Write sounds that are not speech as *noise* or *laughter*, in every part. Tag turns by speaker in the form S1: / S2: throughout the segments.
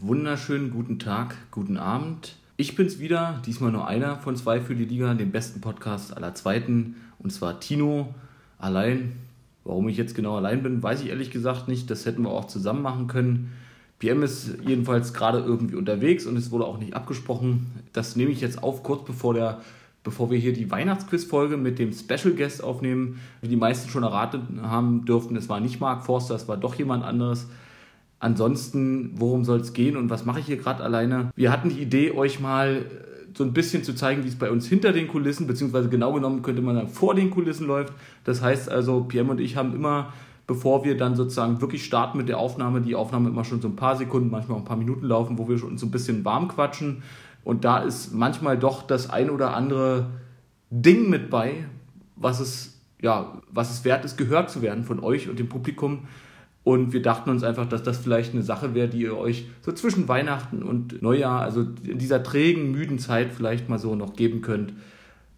S1: wunderschönen guten Tag, guten Abend. Ich bin's wieder, diesmal nur einer von zwei für die Liga, dem besten Podcast aller Zweiten, und zwar Tino allein. Warum ich jetzt genau allein bin, weiß ich ehrlich gesagt nicht. Das hätten wir auch zusammen machen können. PM ist jedenfalls gerade irgendwie unterwegs und es wurde auch nicht abgesprochen. Das nehme ich jetzt auf, kurz bevor der bevor wir hier die Weihnachtsquiz-Folge mit dem Special Guest aufnehmen. Wie die meisten schon erraten haben dürften, es war nicht Mark Forster, es war doch jemand anderes. Ansonsten, worum soll es gehen und was mache ich hier gerade alleine? Wir hatten die Idee, euch mal äh, so ein bisschen zu zeigen, wie es bei uns hinter den Kulissen, beziehungsweise genau genommen könnte man sagen, vor den Kulissen läuft. Das heißt also, PM und ich haben immer, bevor wir dann sozusagen wirklich starten mit der Aufnahme, die Aufnahme immer schon so ein paar Sekunden, manchmal auch ein paar Minuten laufen, wo wir uns so ein bisschen warm quatschen. Und da ist manchmal doch das ein oder andere Ding mit bei, was es, ja, was es wert ist, gehört zu werden von euch und dem Publikum. Und wir dachten uns einfach, dass das vielleicht eine Sache wäre, die ihr euch so zwischen Weihnachten und Neujahr, also in dieser trägen, müden Zeit vielleicht mal so noch geben könnt.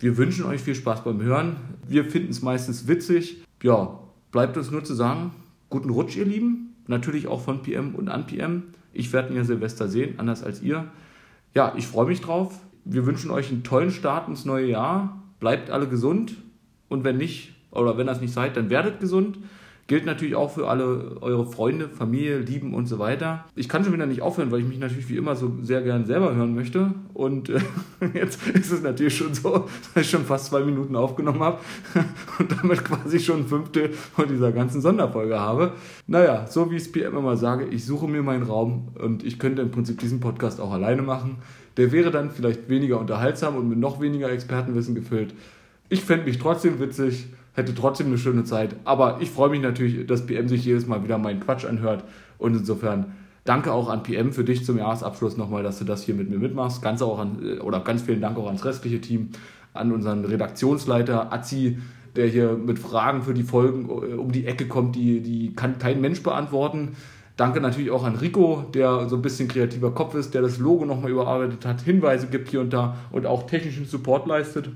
S1: Wir wünschen euch viel Spaß beim Hören. Wir finden es meistens witzig. Ja, bleibt uns nur zu sagen, guten Rutsch, ihr Lieben. Natürlich auch von PM und an PM. Ich werde ihn ja Silvester sehen, anders als ihr ja, ich freue mich drauf. Wir wünschen euch einen tollen Start ins neue Jahr. Bleibt alle gesund und wenn nicht, oder wenn das nicht seid, dann werdet gesund. Gilt natürlich auch für alle eure Freunde, Familie, Lieben und so weiter. Ich kann schon wieder nicht aufhören, weil ich mich natürlich wie immer so sehr gern selber hören möchte. Und äh, *laughs* jetzt ist es natürlich schon so, *laughs* dass ich schon fast zwei Minuten aufgenommen habe *laughs* und damit quasi schon ein Fünftel von dieser ganzen Sonderfolge habe. Naja, so wie ich es PM immer sage, ich suche mir meinen Raum und ich könnte im Prinzip diesen Podcast auch alleine machen. Der wäre dann vielleicht weniger unterhaltsam und mit noch weniger Expertenwissen gefüllt. Ich fände mich trotzdem witzig, hätte trotzdem eine schöne Zeit. Aber ich freue mich natürlich, dass PM sich jedes Mal wieder meinen Quatsch anhört. Und insofern danke auch an PM für dich zum Jahresabschluss nochmal, dass du das hier mit mir mitmachst. Ganz auch an, äh, oder ganz vielen Dank auch ans restliche Team, an unseren Redaktionsleiter Azi, der hier mit Fragen für die Folgen um die Ecke kommt, die, die kann kein Mensch beantworten. Danke natürlich auch an Rico, der so ein bisschen kreativer Kopf ist, der das Logo nochmal überarbeitet hat, Hinweise gibt hier und da und auch technischen Support leistet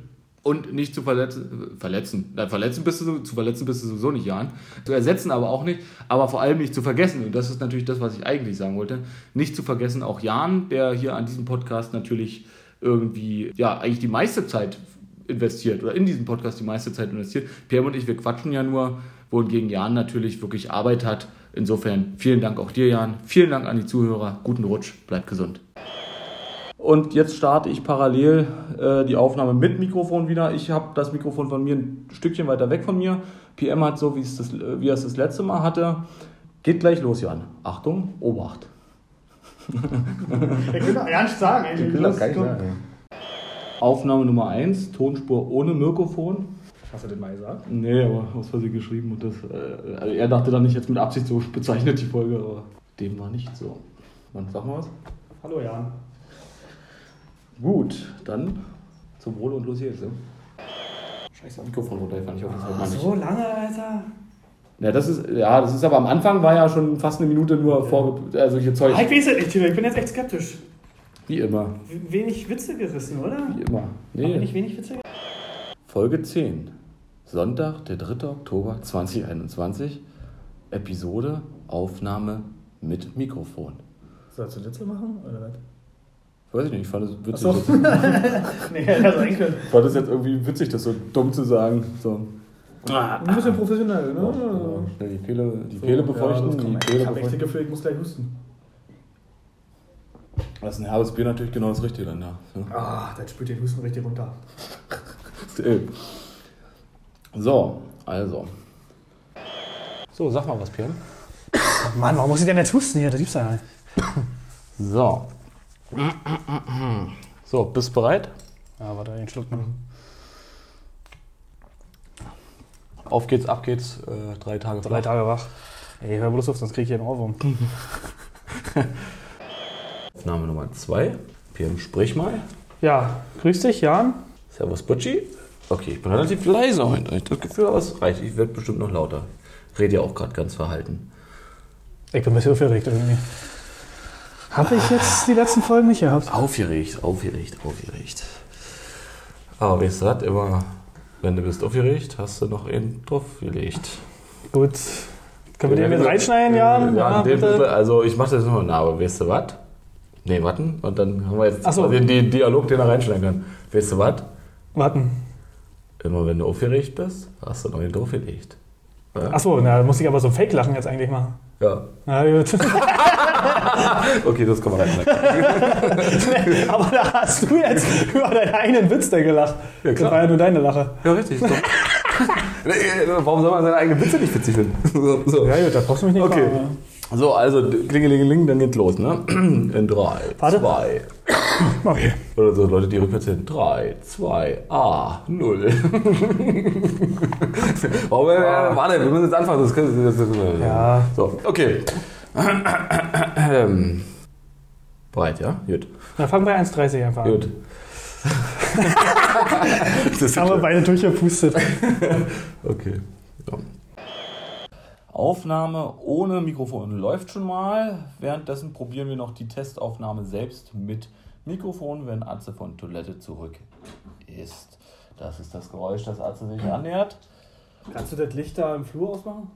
S1: und nicht zu verletzen, verletzen, Na, verletzen bist du, zu verletzen bist du sowieso nicht, Jan. Zu ersetzen aber auch nicht, aber vor allem nicht zu vergessen. Und das ist natürlich das, was ich eigentlich sagen wollte. Nicht zu vergessen auch Jan, der hier an diesem Podcast natürlich irgendwie, ja, eigentlich die meiste Zeit investiert oder in diesem Podcast die meiste Zeit investiert. Pierre und ich, wir quatschen ja nur, wohingegen Jan natürlich wirklich Arbeit hat. Insofern vielen Dank auch dir, Jan. Vielen Dank an die Zuhörer. Guten Rutsch, bleibt gesund. Und jetzt starte ich parallel äh, die Aufnahme mit Mikrofon wieder. Ich habe das Mikrofon von mir ein Stückchen weiter weg von mir. PM hat so, wie, es das, wie er es das letzte Mal hatte. Geht gleich los, Jan. Achtung, Obacht.
S2: Ich will auch ernst sagen, ey.
S3: Ich will das gar nicht sagen.
S1: Aufnahme Nummer 1, Tonspur ohne Mikrofon.
S2: Hast du das mal gesagt?
S1: Nee, aber aus Versehen geschrieben und das. Äh, also er dachte dann nicht jetzt mit Absicht so bezeichnet die Folge, aber dem war nicht so. Dann sag mal was.
S2: Hallo Jan.
S1: Gut, dann zum Wohle und los jetzt. Ne?
S2: Scheiße.
S1: Mikrofon runtergefallen, ich hoffe, das hört man nicht.
S2: So lange, Alter.
S1: Ja, das ist, ja, das ist aber am Anfang war ja schon fast eine Minute nur vorge... Also hier Zeug.
S2: Ah,
S4: Halt.
S2: ich weiß es nicht, Tino. Ich bin jetzt echt skeptisch.
S1: Wie immer.
S2: W- Wenig Witze gerissen, oder?
S1: Wie immer.
S2: Haben wir
S1: Nee.
S2: nicht wenig Witze gerissen?
S1: Folge 10. Sonntag, der 3. Oktober 2021. Episode Aufnahme mit Mikrofon.
S4: Sollst du Witze machen? Oder was?
S1: Weiß ich nicht, ich fand es witzig.
S4: Ach so.
S1: Ich
S2: *laughs* Nee, das ist eigentlich können.
S1: fand es jetzt irgendwie witzig, das so dumm zu sagen. So.
S4: Ein bisschen professionell, ne?
S1: Ja,
S4: Also,
S1: Schnell die Kehle, die
S4: so,
S1: Kehle
S4: ja,
S1: befeuchten.
S4: das kann man-
S1: die Kehle
S4: ich habe echt das
S1: befeuchten.
S4: Gefühl, ich muss gleich husten.
S1: Das ist ein herbes Bier natürlich genau das Richtige dann, ja. Ja.
S4: Ah, das spürt den Husten richtig runter. *laughs*
S1: Still. So, also. So, sag mal was, Pierre.
S2: Mann, warum muss ich denn jetzt husten hier? Das gibt's ja nicht.
S1: So. So, bist bereit?
S2: Ja, warte, den Schluck noch.
S4: Mhm.
S1: Auf geht's, ab geht's. Äh, drei Tage. flach.
S2: Drei Tage wach. Ey, hör bloß auf, sonst krieg ich hier einen Ohrwurm.
S4: Mhm.
S1: Aufnahme Nummer zwei. PM, sprich mal.
S2: Ja, grüß dich, Jan.
S1: Servus, Butchi. Okay, ich bin relativ leise heute. Ich hab das Gefühl, aber es reicht. Ich werde bestimmt noch lauter. Rede ja auch gerade ganz verhalten.
S2: Ich bin ein bisschen aufgeregt irgendwie. Habe ich jetzt die letzten Folgen nicht gehabt?
S1: Aufgeregt, aufgeregt, aufgeregt. Ah, Aber wie gesagt, immer, wenn du bist aufgeregt, hast du noch einen draufgelegt.
S2: Gut. Können wir den mit reinschneiden, Jan?
S1: Ähm, Ja, in dem
S2: bitte.
S1: Mittel- also ich mache das nur, na, aber weißt du was? Nee, warten. Und dann haben wir jetzt
S2: Ach so.
S1: den, den Dialog, den er reinschneiden kann. Weißt du was?
S2: Warten.
S1: Immer wenn du aufgeregt bist, hast du noch nicht aufgelegt.
S2: Achso, na, da muss ich aber so ein Fake-Lachen jetzt eigentlich machen.
S1: Ja.
S2: Na gut. *laughs*
S1: Okay, das kann man reinschneiden.
S2: aber da hast du jetzt über deinen eigenen Witz da gelacht.
S1: Ja,
S2: das
S1: klar.
S2: war ja nur deine Lache.
S1: ja, richtig. *laughs* Doch. Warum soll man seine eigenen Witze nicht witzig finden? *laughs* So, so.
S2: Ja gut, da brauchst du mich nicht
S1: Okay.
S2: fragen. ne?
S1: so also klingelingeling, dann geht's los, ne? *clears throat* In drei,
S2: Warte.
S1: zwei.
S2: *coughs* Okay.
S1: Oder so Leute, die rückwärts hin. drei, zwei, A,
S2: *laughs*
S1: null. Warum, äh, warte, wir müssen jetzt anfangen. Das, können- das, das,
S2: Ah. Ja.
S1: So, okay. Ähm. Bereit, ja? Gut.
S2: Dann fangen wir bei 1,30 einfach an. *laughs*
S1: Gut. das ist
S2: Jetzt haben wir beide durchgepustet.
S1: Okay. Aufnahme ohne Mikrofon läuft schon mal. Währenddessen probieren wir noch die Testaufnahme selbst mit Mikrofon, wenn Atze von Toilette zurück ist. Das ist das Geräusch, das Atze sich annähert.
S4: Kannst du das Licht da im Flur ausmachen?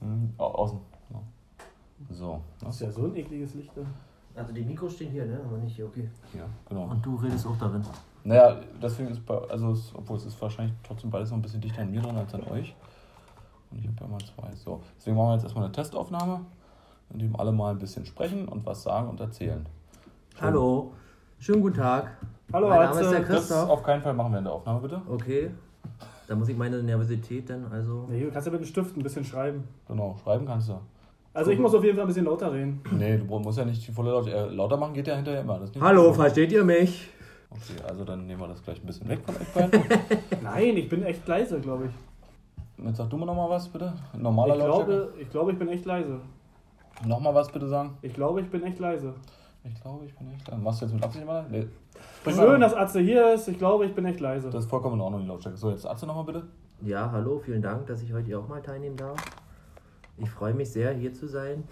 S1: Hm, au- außen. Ja. So. ne?
S4: Das ist ja so ein ekliges Licht da.
S3: Also die Mikros stehen hier, ne? Aber nicht hier, okay.
S1: Ja, genau.
S3: Und du redest auch darin.
S1: Naja, deswegen ist, bei- also es, obwohl es ist wahrscheinlich trotzdem beides noch ein bisschen dichter an mir dran als an euch. Und ich habe ja mal zwei. So, deswegen machen wir jetzt erstmal eine Testaufnahme, in dem alle mal ein bisschen sprechen und was sagen und erzählen.
S3: Hallo. Schönen guten Tag.
S2: Hallo,
S3: mein Name
S2: Atze.
S3: ist der
S1: Das
S3: Christoph.
S1: auf keinen Fall machen wir in der Aufnahme, bitte.
S3: Okay. Da muss ich meine Nervosität dann also.
S2: Nee, du kannst ja mit dem Stift ein bisschen schreiben.
S1: Genau, schreiben kannst du.
S2: Also ich muss auf jeden Fall ein bisschen lauter reden.
S1: Nee, du musst ja nicht die volle Laut äh, lauter machen, geht ja hinterher immer. Das ist nicht
S3: Hallo,
S1: so.
S3: versteht ihr mich?
S1: Okay, also dann nehmen wir das gleich ein bisschen weg von euch beiden.
S2: Nein, ich bin echt leise, glaube ich.
S1: Jetzt sag du mir nochmal was, bitte. Normaler
S2: ich,
S1: Lautstärke.
S2: glaube, ich glaube, ich bin echt leise.
S1: Nochmal was, bitte sagen.
S2: Ich glaube, ich bin echt leise.
S1: Ich glaube, ich bin echt. da. Machst du jetzt mit Absicht mal? Nee. Sprich mal.
S2: Schön, dass Atze hier ist. Ich glaube, ich bin echt leise.
S1: Das ist vollkommen in Ordnung, die Lautstärke. So, jetzt Atze nochmal bitte.
S3: Ja, hallo, vielen Dank, dass ich heute hier auch mal teilnehmen darf. Ich freue mich sehr, hier zu sein.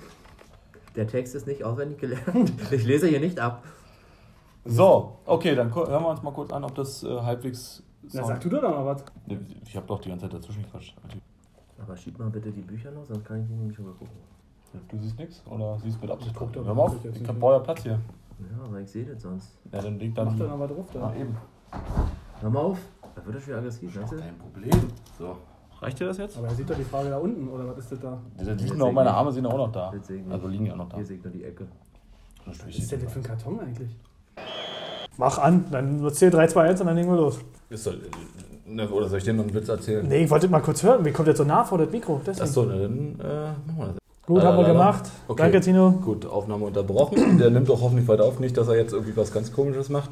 S3: Der Text ist nicht auswendig *laughs* gelernt. Ich lese hier nicht ab.
S1: So, okay, dann ko- hören wir uns mal kurz an, ob das äh, halbwegs.
S2: Na,
S1: Sound-
S2: sag du doch noch mal was.
S1: Nee, Ich habe doch die ganze Zeit dazwischen gequatscht. Also,
S3: Aber schieb mal bitte die Bücher noch, sonst kann ich die nämlich schon mal gucken.
S1: Du siehst nichts oder siehst mit Absicht?
S2: Ich guck doch
S1: Hör mal
S2: mit
S1: auf,
S2: Absicht jetzt
S1: ich hab
S2: nicht.
S1: brauche ja Platz hier.
S3: Ja, aber ich sehe das sonst.
S1: Ja, dann liegt
S2: Mach doch
S1: dann.
S2: noch mal drauf da.
S1: Ah, eben.
S3: Hör mal auf. Da wird er schon wieder aggressiv, weißt du?
S1: Kein Problem. So. Reicht dir das jetzt?
S2: Aber er sieht doch die Frage da unten, oder was ist das da?
S1: Das liegen noch, meine Arme sind auch noch da.
S3: Jetzt sehe ich nicht.
S1: Also liegen ne? ja noch da.
S3: Hier sehe ich nur die Ecke.
S1: Das
S2: Was ist
S1: ist
S2: denn das für ein Karton eigentlich? Mach an, dann zähl 3, 2, 1 und dann legen wir los.
S1: doch, ne, oder soll ich dir noch einen Witz erzählen?
S2: Nee, ich wollte mal kurz hören. Mir kommt jetzt so nah vor das Mikro. Deswegen.
S1: Achso, na, dann äh, machen wir das.
S2: Gut, haben wir
S1: Lalalala.
S2: gemacht.
S1: Okay.
S2: Danke, Tino.
S1: Gut, Aufnahme unterbrochen. Der nimmt auch hoffentlich weiter auf, nicht, dass er jetzt irgendwie was ganz Komisches macht.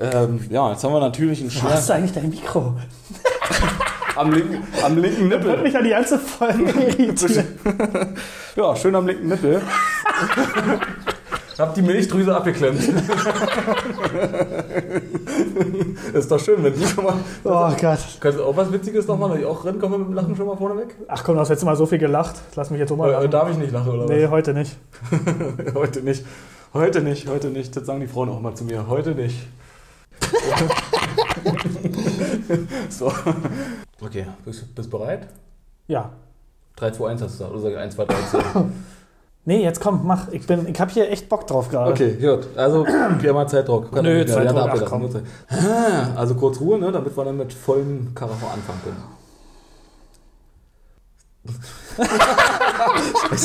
S1: Ähm, ja, jetzt haben wir natürlich *laughs* einen
S2: Wo hast
S1: Schmerz
S2: du eigentlich dein Mikro?
S1: am linken, am linken
S2: Hört
S1: Nippel.
S2: mich an die ganze *laughs* Folge irritiert.
S1: *laughs* Ja, schön am linken Nippel. Hab die Milchdrüse abgeklemmt. ist doch schön, wenn die schon mal.
S2: Oh Gott.
S1: Kannst du auch was Witziges noch machen? Dass ich auch rankomme mit dem Lachen schon mal vorne weg?
S2: Ach komm, du hast letztes Mal so viel gelacht. Lass mich jetzt auch mal
S1: Äh,
S2: lachen.
S1: darf ich nicht lachen, oder
S2: Nee, heute nicht.
S1: was? *laughs* heute nicht. Heute nicht, heute nicht. Das sagen die Frauen auch mal zu mir. Heute nicht. *laughs* so. Okay, bist, bist bereit?
S2: Ja.
S1: 3, 2, 1 hast du gesagt. Oder sag 1, 2, 3, 2.
S2: Nee, jetzt komm, mach. Ich, bin, ich hab hier echt Bock drauf gerade.
S1: Okay, gut.
S2: *clears throat*
S1: Also, wir haben mal Zeitdruck. Kann
S2: Nö,
S1: nicht mehr.
S2: Zeitdruck,
S1: Ja, da
S2: ach,
S1: abgelassen.
S2: komm.
S1: Nur Zeit. Ah, Also kurz Ruhe, ne, damit wir dann mit vollem Karacho anfangen
S2: *laughs*
S1: können.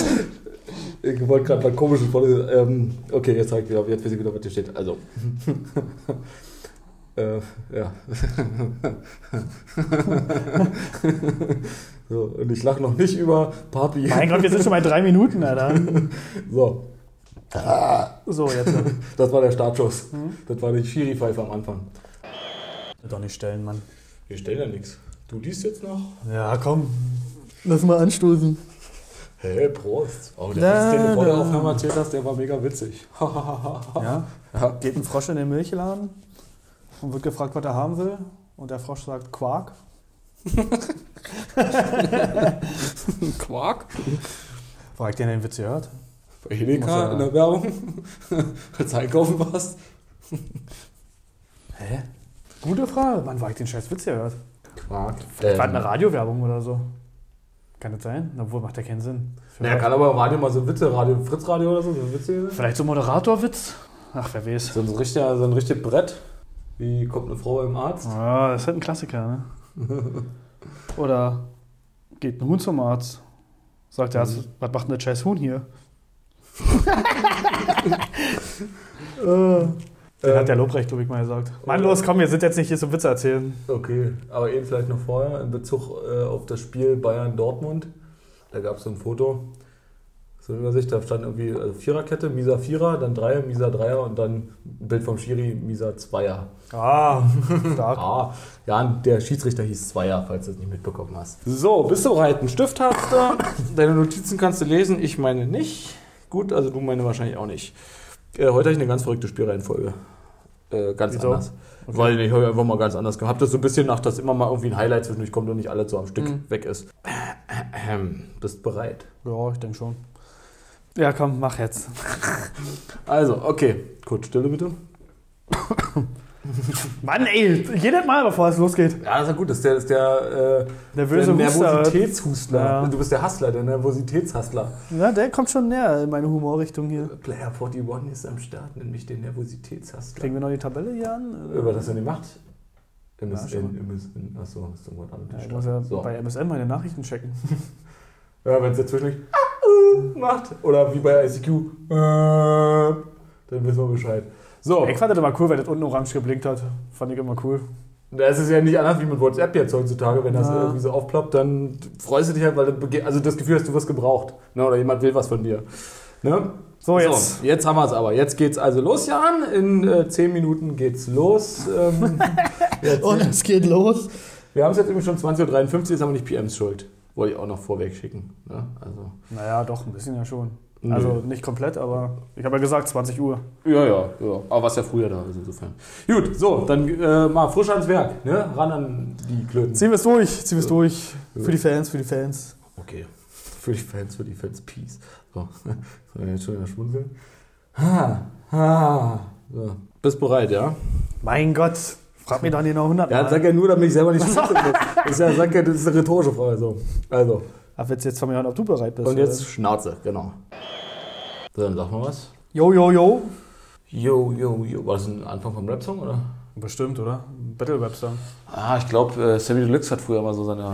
S1: ich wollte gerade mal komisches vorlesen. Ähm, okay, jetzt zeig ich wieder, jetzt weiß ich wieder, was hier steht. Also. *laughs* äh, ja. *laughs* so, und ich lache noch nicht über Papi.
S2: Mein Gott, wir sind schon bei drei Minuten, Alter.
S1: So.
S2: So, jetzt.
S1: Das war der Startschuss.
S2: Hm?
S1: Das war die Schiri-Pfeife am Anfang.
S2: Doch nicht stellen, Mann.
S1: Wir stellen ja nichts. Du liest jetzt noch?
S2: Ja, komm. Lass mal anstoßen.
S1: Hä, hey, Prost. Oh, der
S2: Na,
S1: Witz, den du vor der
S2: na.
S1: Aufnahme erzählt hast, der war mega witzig. *laughs*
S2: Ja?
S1: Ja.
S2: Geht ein Frosch in den Milchladen und wird gefragt, was er haben will. Und der Frosch sagt Quark.
S1: Quark.
S2: Wo habt ihr den Witz gehört?
S1: Bei
S2: Muss
S1: Edeka
S2: ja-
S1: in der Werbung. *laughs* Als du einkaufen warst.
S2: Hä? Gute Frage. Wann war ich den scheiß Witz gehört?
S1: Quark.
S2: War eine Radiowerbung oder so. Kann das sein? Obwohl, macht ja keinen Sinn.
S1: Naja,
S2: Vielleicht,
S1: kann aber im Radio mal so ein Witze, Radio, Fritz Radio oder so, so ein Witze.
S2: vielleicht so ein Moderatorwitz? Ach, wer weiß.
S1: So ein richtiger, so ein richtiges Brett. Wie kommt eine Frau beim Arzt?
S2: Ja, das ist halt ein Klassiker, ne? *laughs* Oder geht ein Huhn zum Arzt? Sagt der Arzt, was macht denn das scheiß Huhn *laughs* hier? Den hat der Lobrecht, glaube ich, mal gesagt. Mann, los, komm, wir sind jetzt nicht hier zum Witze erzählen.
S1: Okay, aber eben vielleicht noch vorher in Bezug äh, auf das Spiel Bayern-Dortmund. Da gab es so ein Foto, so eine Übersicht, da stand irgendwie also Viererkette, Misa Vierer, dann Dreier, Misa Dreier und dann ein Bild vom Schiri, Misa Zweier.
S2: Ah, *laughs* stark.
S1: Ah, ja, der Schiedsrichter hieß Zweier, falls du es nicht mitbekommen hast. So, bist du bereit? Einen Stift hast du, deine Notizen kannst du lesen, ich meine nicht. Gut, also du meine wahrscheinlich auch nicht. Äh, heute habe ich eine ganz verrückte Spielreihenfolge. Äh, ganz
S2: Wieso?
S1: anders. Weil ich habe einfach mal ganz anders gehabt. Das so ein bisschen nach, dass immer mal irgendwie ein Highlight zwischendurch kommt und nicht alles so am Stück weg ist. Ähm, bist bereit?
S2: Ja, ich denke schon. Ja, komm, mach jetzt.
S1: Also, okay. Kurz Stille bitte.
S2: Mann, ey, jedes Mal, bevor es losgeht.
S1: Ja, das ist ja gut. Das ist der, das ist der, äh,
S2: Nervöse
S1: der
S2: Huster.
S1: Nervositätshustler.
S2: Ja.
S1: Du bist der Hustler, der Nervositätshustler.
S2: Na, der kommt schon näher in meine Humorrichtung hier.
S1: Player 41 ist am Start, nennt mich den Nervositätshustler.
S2: Kriegen wir noch die Tabelle hier an?
S1: Über das er die macht?
S2: Ja, schon
S1: MSN, MSN, achso, hast du ein Wort
S2: Ja, ich
S1: angesprochen.
S2: muss ja
S1: so.
S2: bei MSN meine Nachrichten checken.
S1: Ja, wenn es dazwischen macht, oder wie bei ICQ, äh, dann wissen wir Bescheid. So,
S2: Ich fand das immer cool, weil das unten orange geblinkt hat. Fand ich immer cool.
S1: das ist ja nicht anders wie mit WhatsApp jetzt heutzutage. Wenn das
S2: Ja.
S1: irgendwie so aufploppt, dann freust du dich halt, weil du bege- also das Gefühl hast, du wirst gebraucht. Ne? Oder jemand will was von dir. Ne?
S2: So, jetzt.
S1: So, jetzt haben wir es aber. Jetzt geht's also los, Jan. In äh, 10 Minuten geht's los.
S2: *laughs*
S1: Ähm, jetzt-
S2: es geht los.
S1: Wir haben es jetzt irgendwie schon 20.53 Uhr, jetzt haben wir nicht PMs schuld. Wollte ich auch noch vorweg schicken. Ne? Also,
S2: Naja, doch, ein bisschen ja schon.
S1: Nö.
S2: Also nicht komplett, aber ich habe ja gesagt 20 Uhr.
S1: ja, ja, ja. Aber was ja früher da ist insofern. Gut, so, dann äh, mal frisch ans Werk. Ne? Ran an die Klöten.
S2: Ziehen wir es durch, ziehen wir es durch.
S1: Ja.
S2: Für die Fans, für die Fans.
S1: Okay. Für die Fans, für die Fans, Peace. So, *laughs* Soll ich jetzt schon wieder schmunzeln. Ha, ha. So. Bist bereit, ja?
S2: Mein Gott, frag mich doch nicht noch 100
S1: Ja,
S2: Mal.
S1: sag ja nur, damit ich selber nicht schmunzeln muss. Ich sag, sag ja, das ist eine rhetorische Frage. So. Also,
S2: Ach, willst du jetzt von mir hören, ob du bereit bist?
S1: und jetzt Schnauze, genau. So, dann sag mal was.
S2: Jo, jo, jo.
S1: Yo, yo, yo. War das ein Anfang vom Rap-Song, oder?
S2: Bestimmt, oder? Battle Webster.
S5: Ah, ich glaube, äh, Sammy Deluxe hat früher mal so seine,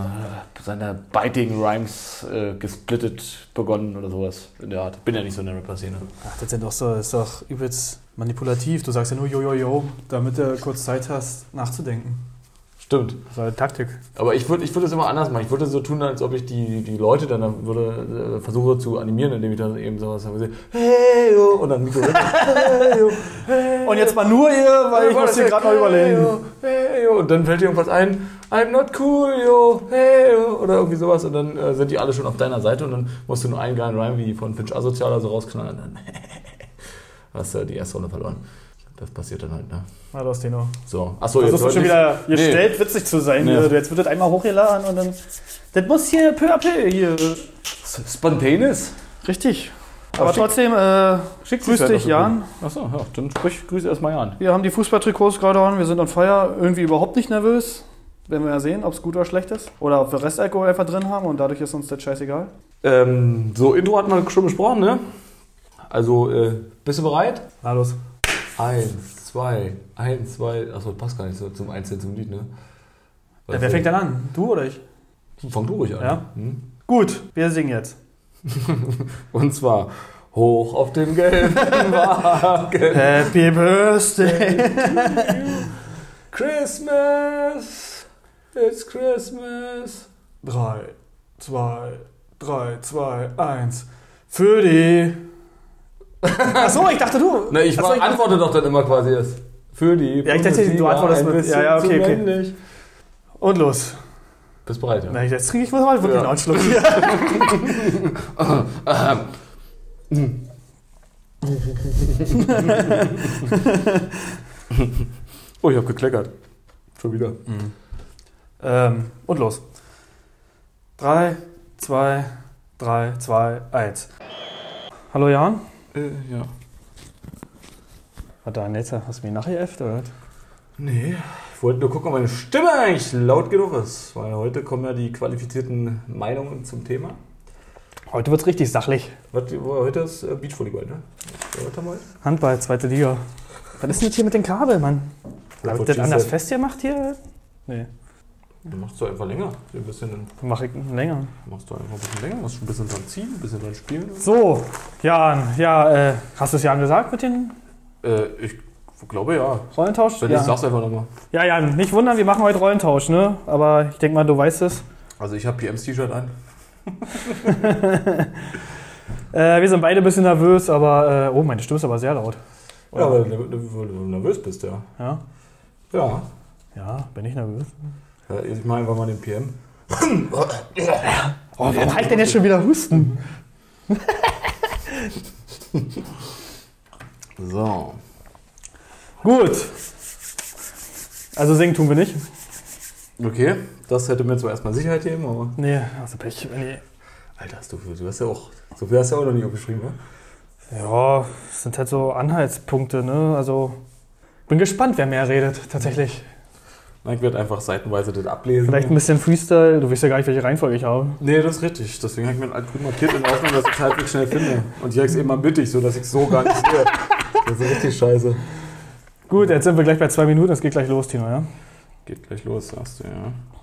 S5: seine Biting Rhymes äh, gesplittet begonnen oder sowas in der Art. Bin ja nicht so in der Rapper-Szene.
S2: Ach, das ist ja doch so, ist doch übelst manipulativ. Du sagst ja nur jo, jo, jo, damit du kurz Zeit hast, nachzudenken.
S5: Stimmt.
S2: Das war eine Taktik.
S5: Aber ich würde ich würd das immer anders machen. Ich würde so tun, als ob ich die, die Leute dann- dann würde, äh, versuche zu animieren, indem ich dann eben sowas habe. gesehen, Hey, yo, und dann Mikro. hey, yo, hey,
S2: Und jetzt mal nur ihr, weil ich muss dir gerade noch
S5: Hey,
S2: überlegen.
S5: yo, hey, yo. Und dann fällt dir irgendwas ein. I'm not cool, yo. Hey, yo. Oder irgendwie sowas. Und dann äh, sind die alle schon auf deiner Seite. Und dann musst du nur einen geilen Rhyme wie von Finch Asozial also rausknallen. Dann *laughs* hast du die erste Runde verloren. Das passiert dann halt, ne?
S2: Na, los, Tino.
S5: So. Achso,
S2: Versuchst du Also schon wieder gestellt witzig zu sein.
S5: Nee.
S2: hier. Jetzt wird das einmal hochgeladen und dann. Das muss hier peu à peu hier.
S5: Spontanes?
S2: Richtig. Aber
S5: Aber schick-
S2: trotzdem, äh, grüß dich, Jan.
S5: Achso, ja, dann sprich, grüß erstmal Jan.
S2: Wir haben die Fußballtrikots gerade an, wir sind on fire, irgendwie überhaupt nicht nervös. Werden wir ja sehen, ob es gut oder schlecht ist. Oder ob wir Restalkohol einfach drin haben und dadurch ist uns das scheißegal.
S1: Ähm, so, Intro hat man schon besprochen, ne? Also, äh, bist du bereit?
S2: Na los.
S1: Eins, zwei, eins, zwei. Achso, passt gar nicht so zum Einzelnen zum Lied, ne?
S2: wer fängt denn an? Du oder ich?
S1: Fang du ruhig an.
S2: Ja.
S1: Hm?
S2: Gut, wir singen jetzt.
S1: Und zwar hoch auf dem gelben Wagen. *laughs*
S2: Happy Birthday!
S1: Christmas! It's Christmas!
S2: 3, 2, 3, 2, 1. Für die. Achso, ich dachte du.
S1: *laughs* Na, ich
S2: Ach so,
S1: war, antworte doch dann immer quasi erst. Für die.
S2: Ja, ich dachte, du
S1: Bundesliga
S2: antwortest
S1: ein
S2: mit-
S1: bisschen
S2: ja, ja, okay,
S1: zu
S2: okay.
S1: männlich.
S2: Und los.
S1: Bist bereit, ja?
S2: Na, jetzt trinke ich mal wirklich
S1: Ja.
S2: einen Anschluck. Ja.
S1: Oh, ich hab gekleckert. Schon wieder.
S2: Mhm. ähm, und los. 3, 2, 3, 2, 1. Hallo Jan?
S5: Äh, ja.
S2: Hat da jetzt? Hast du mich nachgeäfft oder was?
S5: Nee,
S1: Ich wollte nur gucken, ob meine Stimme eigentlich laut genug ist, weil heute kommen ja die qualifizierten Meinungen zum Thema.
S4: Heute wird's richtig sachlich.
S1: Was, heute ist äh, Beachvolleyball, ne? Heute haben wir heute?
S4: Handball, zweite Liga. Was ist denn jetzt hier mit dem Kabel, Mann? Hab ich
S1: What
S4: das
S1: she
S4: anders
S1: said.
S4: festgemacht hier? Nee,
S1: Dann machst du einfach länger. Ein bisschen,
S4: mache ich länger.
S1: machst du einfach ein bisschen länger, machst du ein bisschen dran ziehen, ein bisschen dran spielen.
S4: So, Jan, ja, äh, hast du es Jan gesagt mit den
S1: Äh, ich glaube ja.
S4: Rollentausch?
S1: Wenn
S4: ja.
S1: ich sag's einfach nochmal.
S4: ja, Jan, nicht wundern, wir machen heute Rollentausch, ne? Aber ich denke mal, du weißt es.
S1: Also ich habe PMs-T-Shirt an.
S4: Äh, wir sind beide ein bisschen nervös, aber äh, oh, meine Stimme ist aber sehr laut.
S1: Ja, weil du nerv- weil du nervös bist, ja.
S4: Ja,
S1: Ja.
S4: ja, bin ich nervös.
S1: ja ich mach einfach mal den PM.
S4: Oh, warum halt denn jetzt schon wieder Husten?
S1: So.
S4: Gut. Also singen tun wir nicht.
S1: *laughs* Okay, das hätte mir zwar erstmal Sicherheit gegeben, aber.
S4: Nee, also Pech. Nee.
S1: Alter, hast du, du hast ja auch. So viel hast du ja auch noch nie aufgeschrieben, ne?
S4: Ja, es sind halt so Anhaltspunkte, ne? Also, bin gespannt, wer mehr redet, tatsächlich.
S1: Nein, ich werde einfach seitenweise das ablesen.
S4: Vielleicht ein bisschen Freestyle, du weißt ja gar nicht, welche Reihenfolge ich habe.
S1: Nee, das ist richtig. Deswegen habe ich mir ein altgrün markiert in der Hoffnung, dass ich es halbwegs schnell finde. Und hier habe ich es eben mal mittig, sodass ich es so gar nicht sehe. Das ist richtig scheiße.
S4: Gut, jetzt sind wir gleich bei zwei Minuten, es geht gleich los, Tino, ja?
S1: Geht gleich los, sagst du, ja.